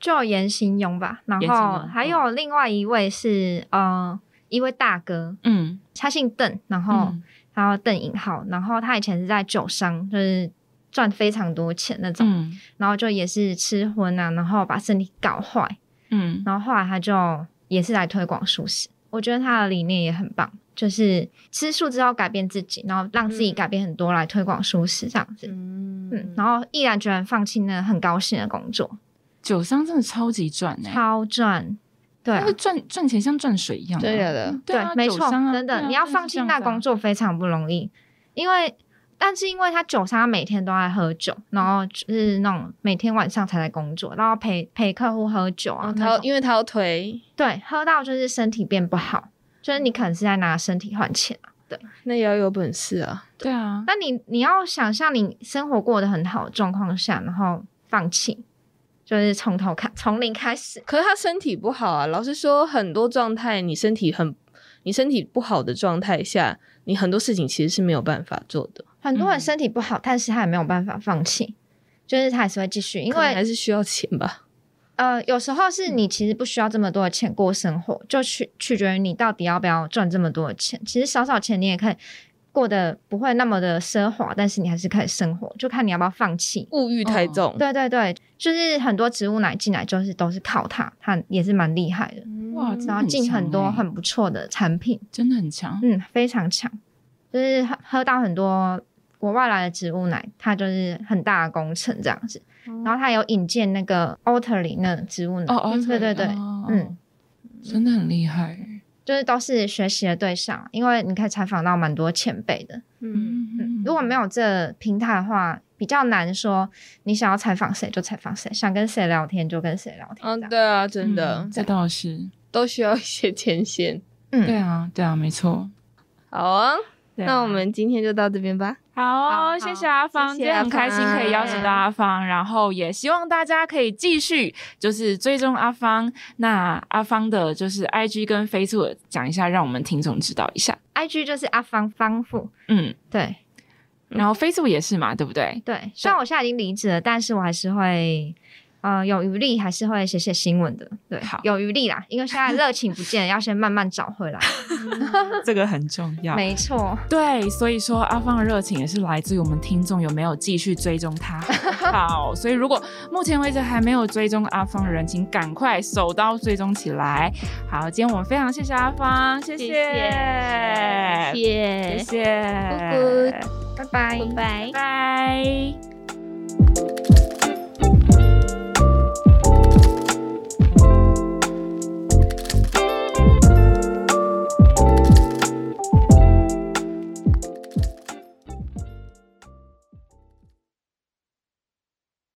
C: 就有严行庸吧，然
A: 严行
C: 后
A: 庸
C: 还有另外一位是呃一位大哥，
A: 嗯，
C: 他姓邓，然
B: 哦
C: 后
A: 嗯
C: 他叫邓颖浩，然后他以前是在酒商，就是赚非常多钱那种，
A: 嗯
C: 然后就也是吃荤啊，然后把身体搞坏，
A: 嗯
C: 然后后来他就也是来推广素食，我觉得他的理念也很棒，就是吃素之后改变自己，然后让自己
B: 嗯
C: 改变很多来推广素食这样子。
B: 嗯
C: 嗯，然后毅然决然放弃那个很高兴的工作，
A: 酒商真的超级赚哎、
C: 超赚，对啊、
A: 那个赚赚钱像赚水一样、啊，
B: 对的，
A: 对啊，
C: 没
A: 酒
C: 错，
A: 商啊、
C: 真
A: 对
C: 的，
A: 啊
C: 你要放弃
A: 就
C: 那工，
A: 是这样子
C: 作非常不容易，因为但是因为他酒商他每天都在喝酒，然后就是那种每天晚上才来工作，然后陪陪客户喝酒啊
B: 哦，
C: 那
B: 他要
C: 种
B: 因为他要推，
C: 对喝到就是身体变不好，就是你可能是在拿身体换钱啊。
B: 那也要有本事啊。
A: 啊对啊，
C: 那你你要想象你生活过得很好的状况下，然后放弃，就是从头开从零开始。
B: 可是他身体不好啊，老实说，很多状态你身体很，你身体不好的状态下，你很多事情其实是没有办法做的，
C: 很多人
A: 嗯
C: 身体不好，但是他也没有办法放弃，就是他还是会继续，因
B: 可能
C: 为
B: 还是需要钱吧。
C: 呃，有时候是你其实不需要这么多的钱过生活，就取取决于你到底要不要赚这么多的钱。其实少少钱你也可以过得不会那么的奢华，但是你还是可以生活，就看你要不要放弃。
B: 物欲太重，
C: 对对对，就是很多植物奶进来就是都是靠它，它也是蛮厉害的，
A: 哇
B: 嗯
A: 真的
C: 然
A: 很
C: 后进很多
A: 强欸
C: 很不错的产品，
A: 真的很强。
C: 嗯，非常强，就是喝喝到很多国外来的植物奶，它就是很大的工程这样子。
B: 嗯
C: 然后它有引荐那个 o t e r l y 那个植物奶，
A: 哦哦，
C: 对对对，
A: 哦
C: 嗯，
A: 真的很厉害。
C: 就是都是学习的对象，因为你可以采访到蛮多前辈的。
B: 嗯，
A: 嗯
C: 嗯，如果没有这平台的话，比较难说你想要采访谁就采访谁，想跟谁聊天就跟谁聊天。
B: 嗯，
C: 这样
B: 对啊，真的
A: 嗯这倒是，
B: 都需要一些牵线。
C: 嗯，
A: 对啊，对啊，没错。
B: 好啊，
A: 对啊
B: 那我们今天就到这边吧。
A: 好哦、
C: 好
A: 谢谢阿芳，
B: 谢谢
A: 今天很开心
B: 阿芳
A: 可以邀请到阿芳，然后也希望大家可以继续就是追踪阿芳。那阿芳的就是 IG 跟 Facebook 讲一下，让我们听众知道一下。
C: ，IG 就是阿芳芳富，
A: 嗯，
C: 对
B: 嗯
A: 然后 Facebook 也是嘛，对不对？
C: 对。虽然我现在已经离职了，但是我还是会。呃，有余力还是会写写新闻的，对
A: 好，
C: 有余力啦，因为现在热情不 见，要先慢慢找回来。
A: 这个很重要
C: 没错，
A: 对，所以说阿芳的热情也是来自于我们听众有没有继续追踪 他。好，所以如果目前为止还没有追踪阿芳的人，请赶快手刀追踪起来。好，今天我们非常谢谢阿芳，谢谢，
B: 谢谢，
A: 谢谢，
B: 咕咕
A: 拜
C: 拜拜。
B: 拜。
A: 拜。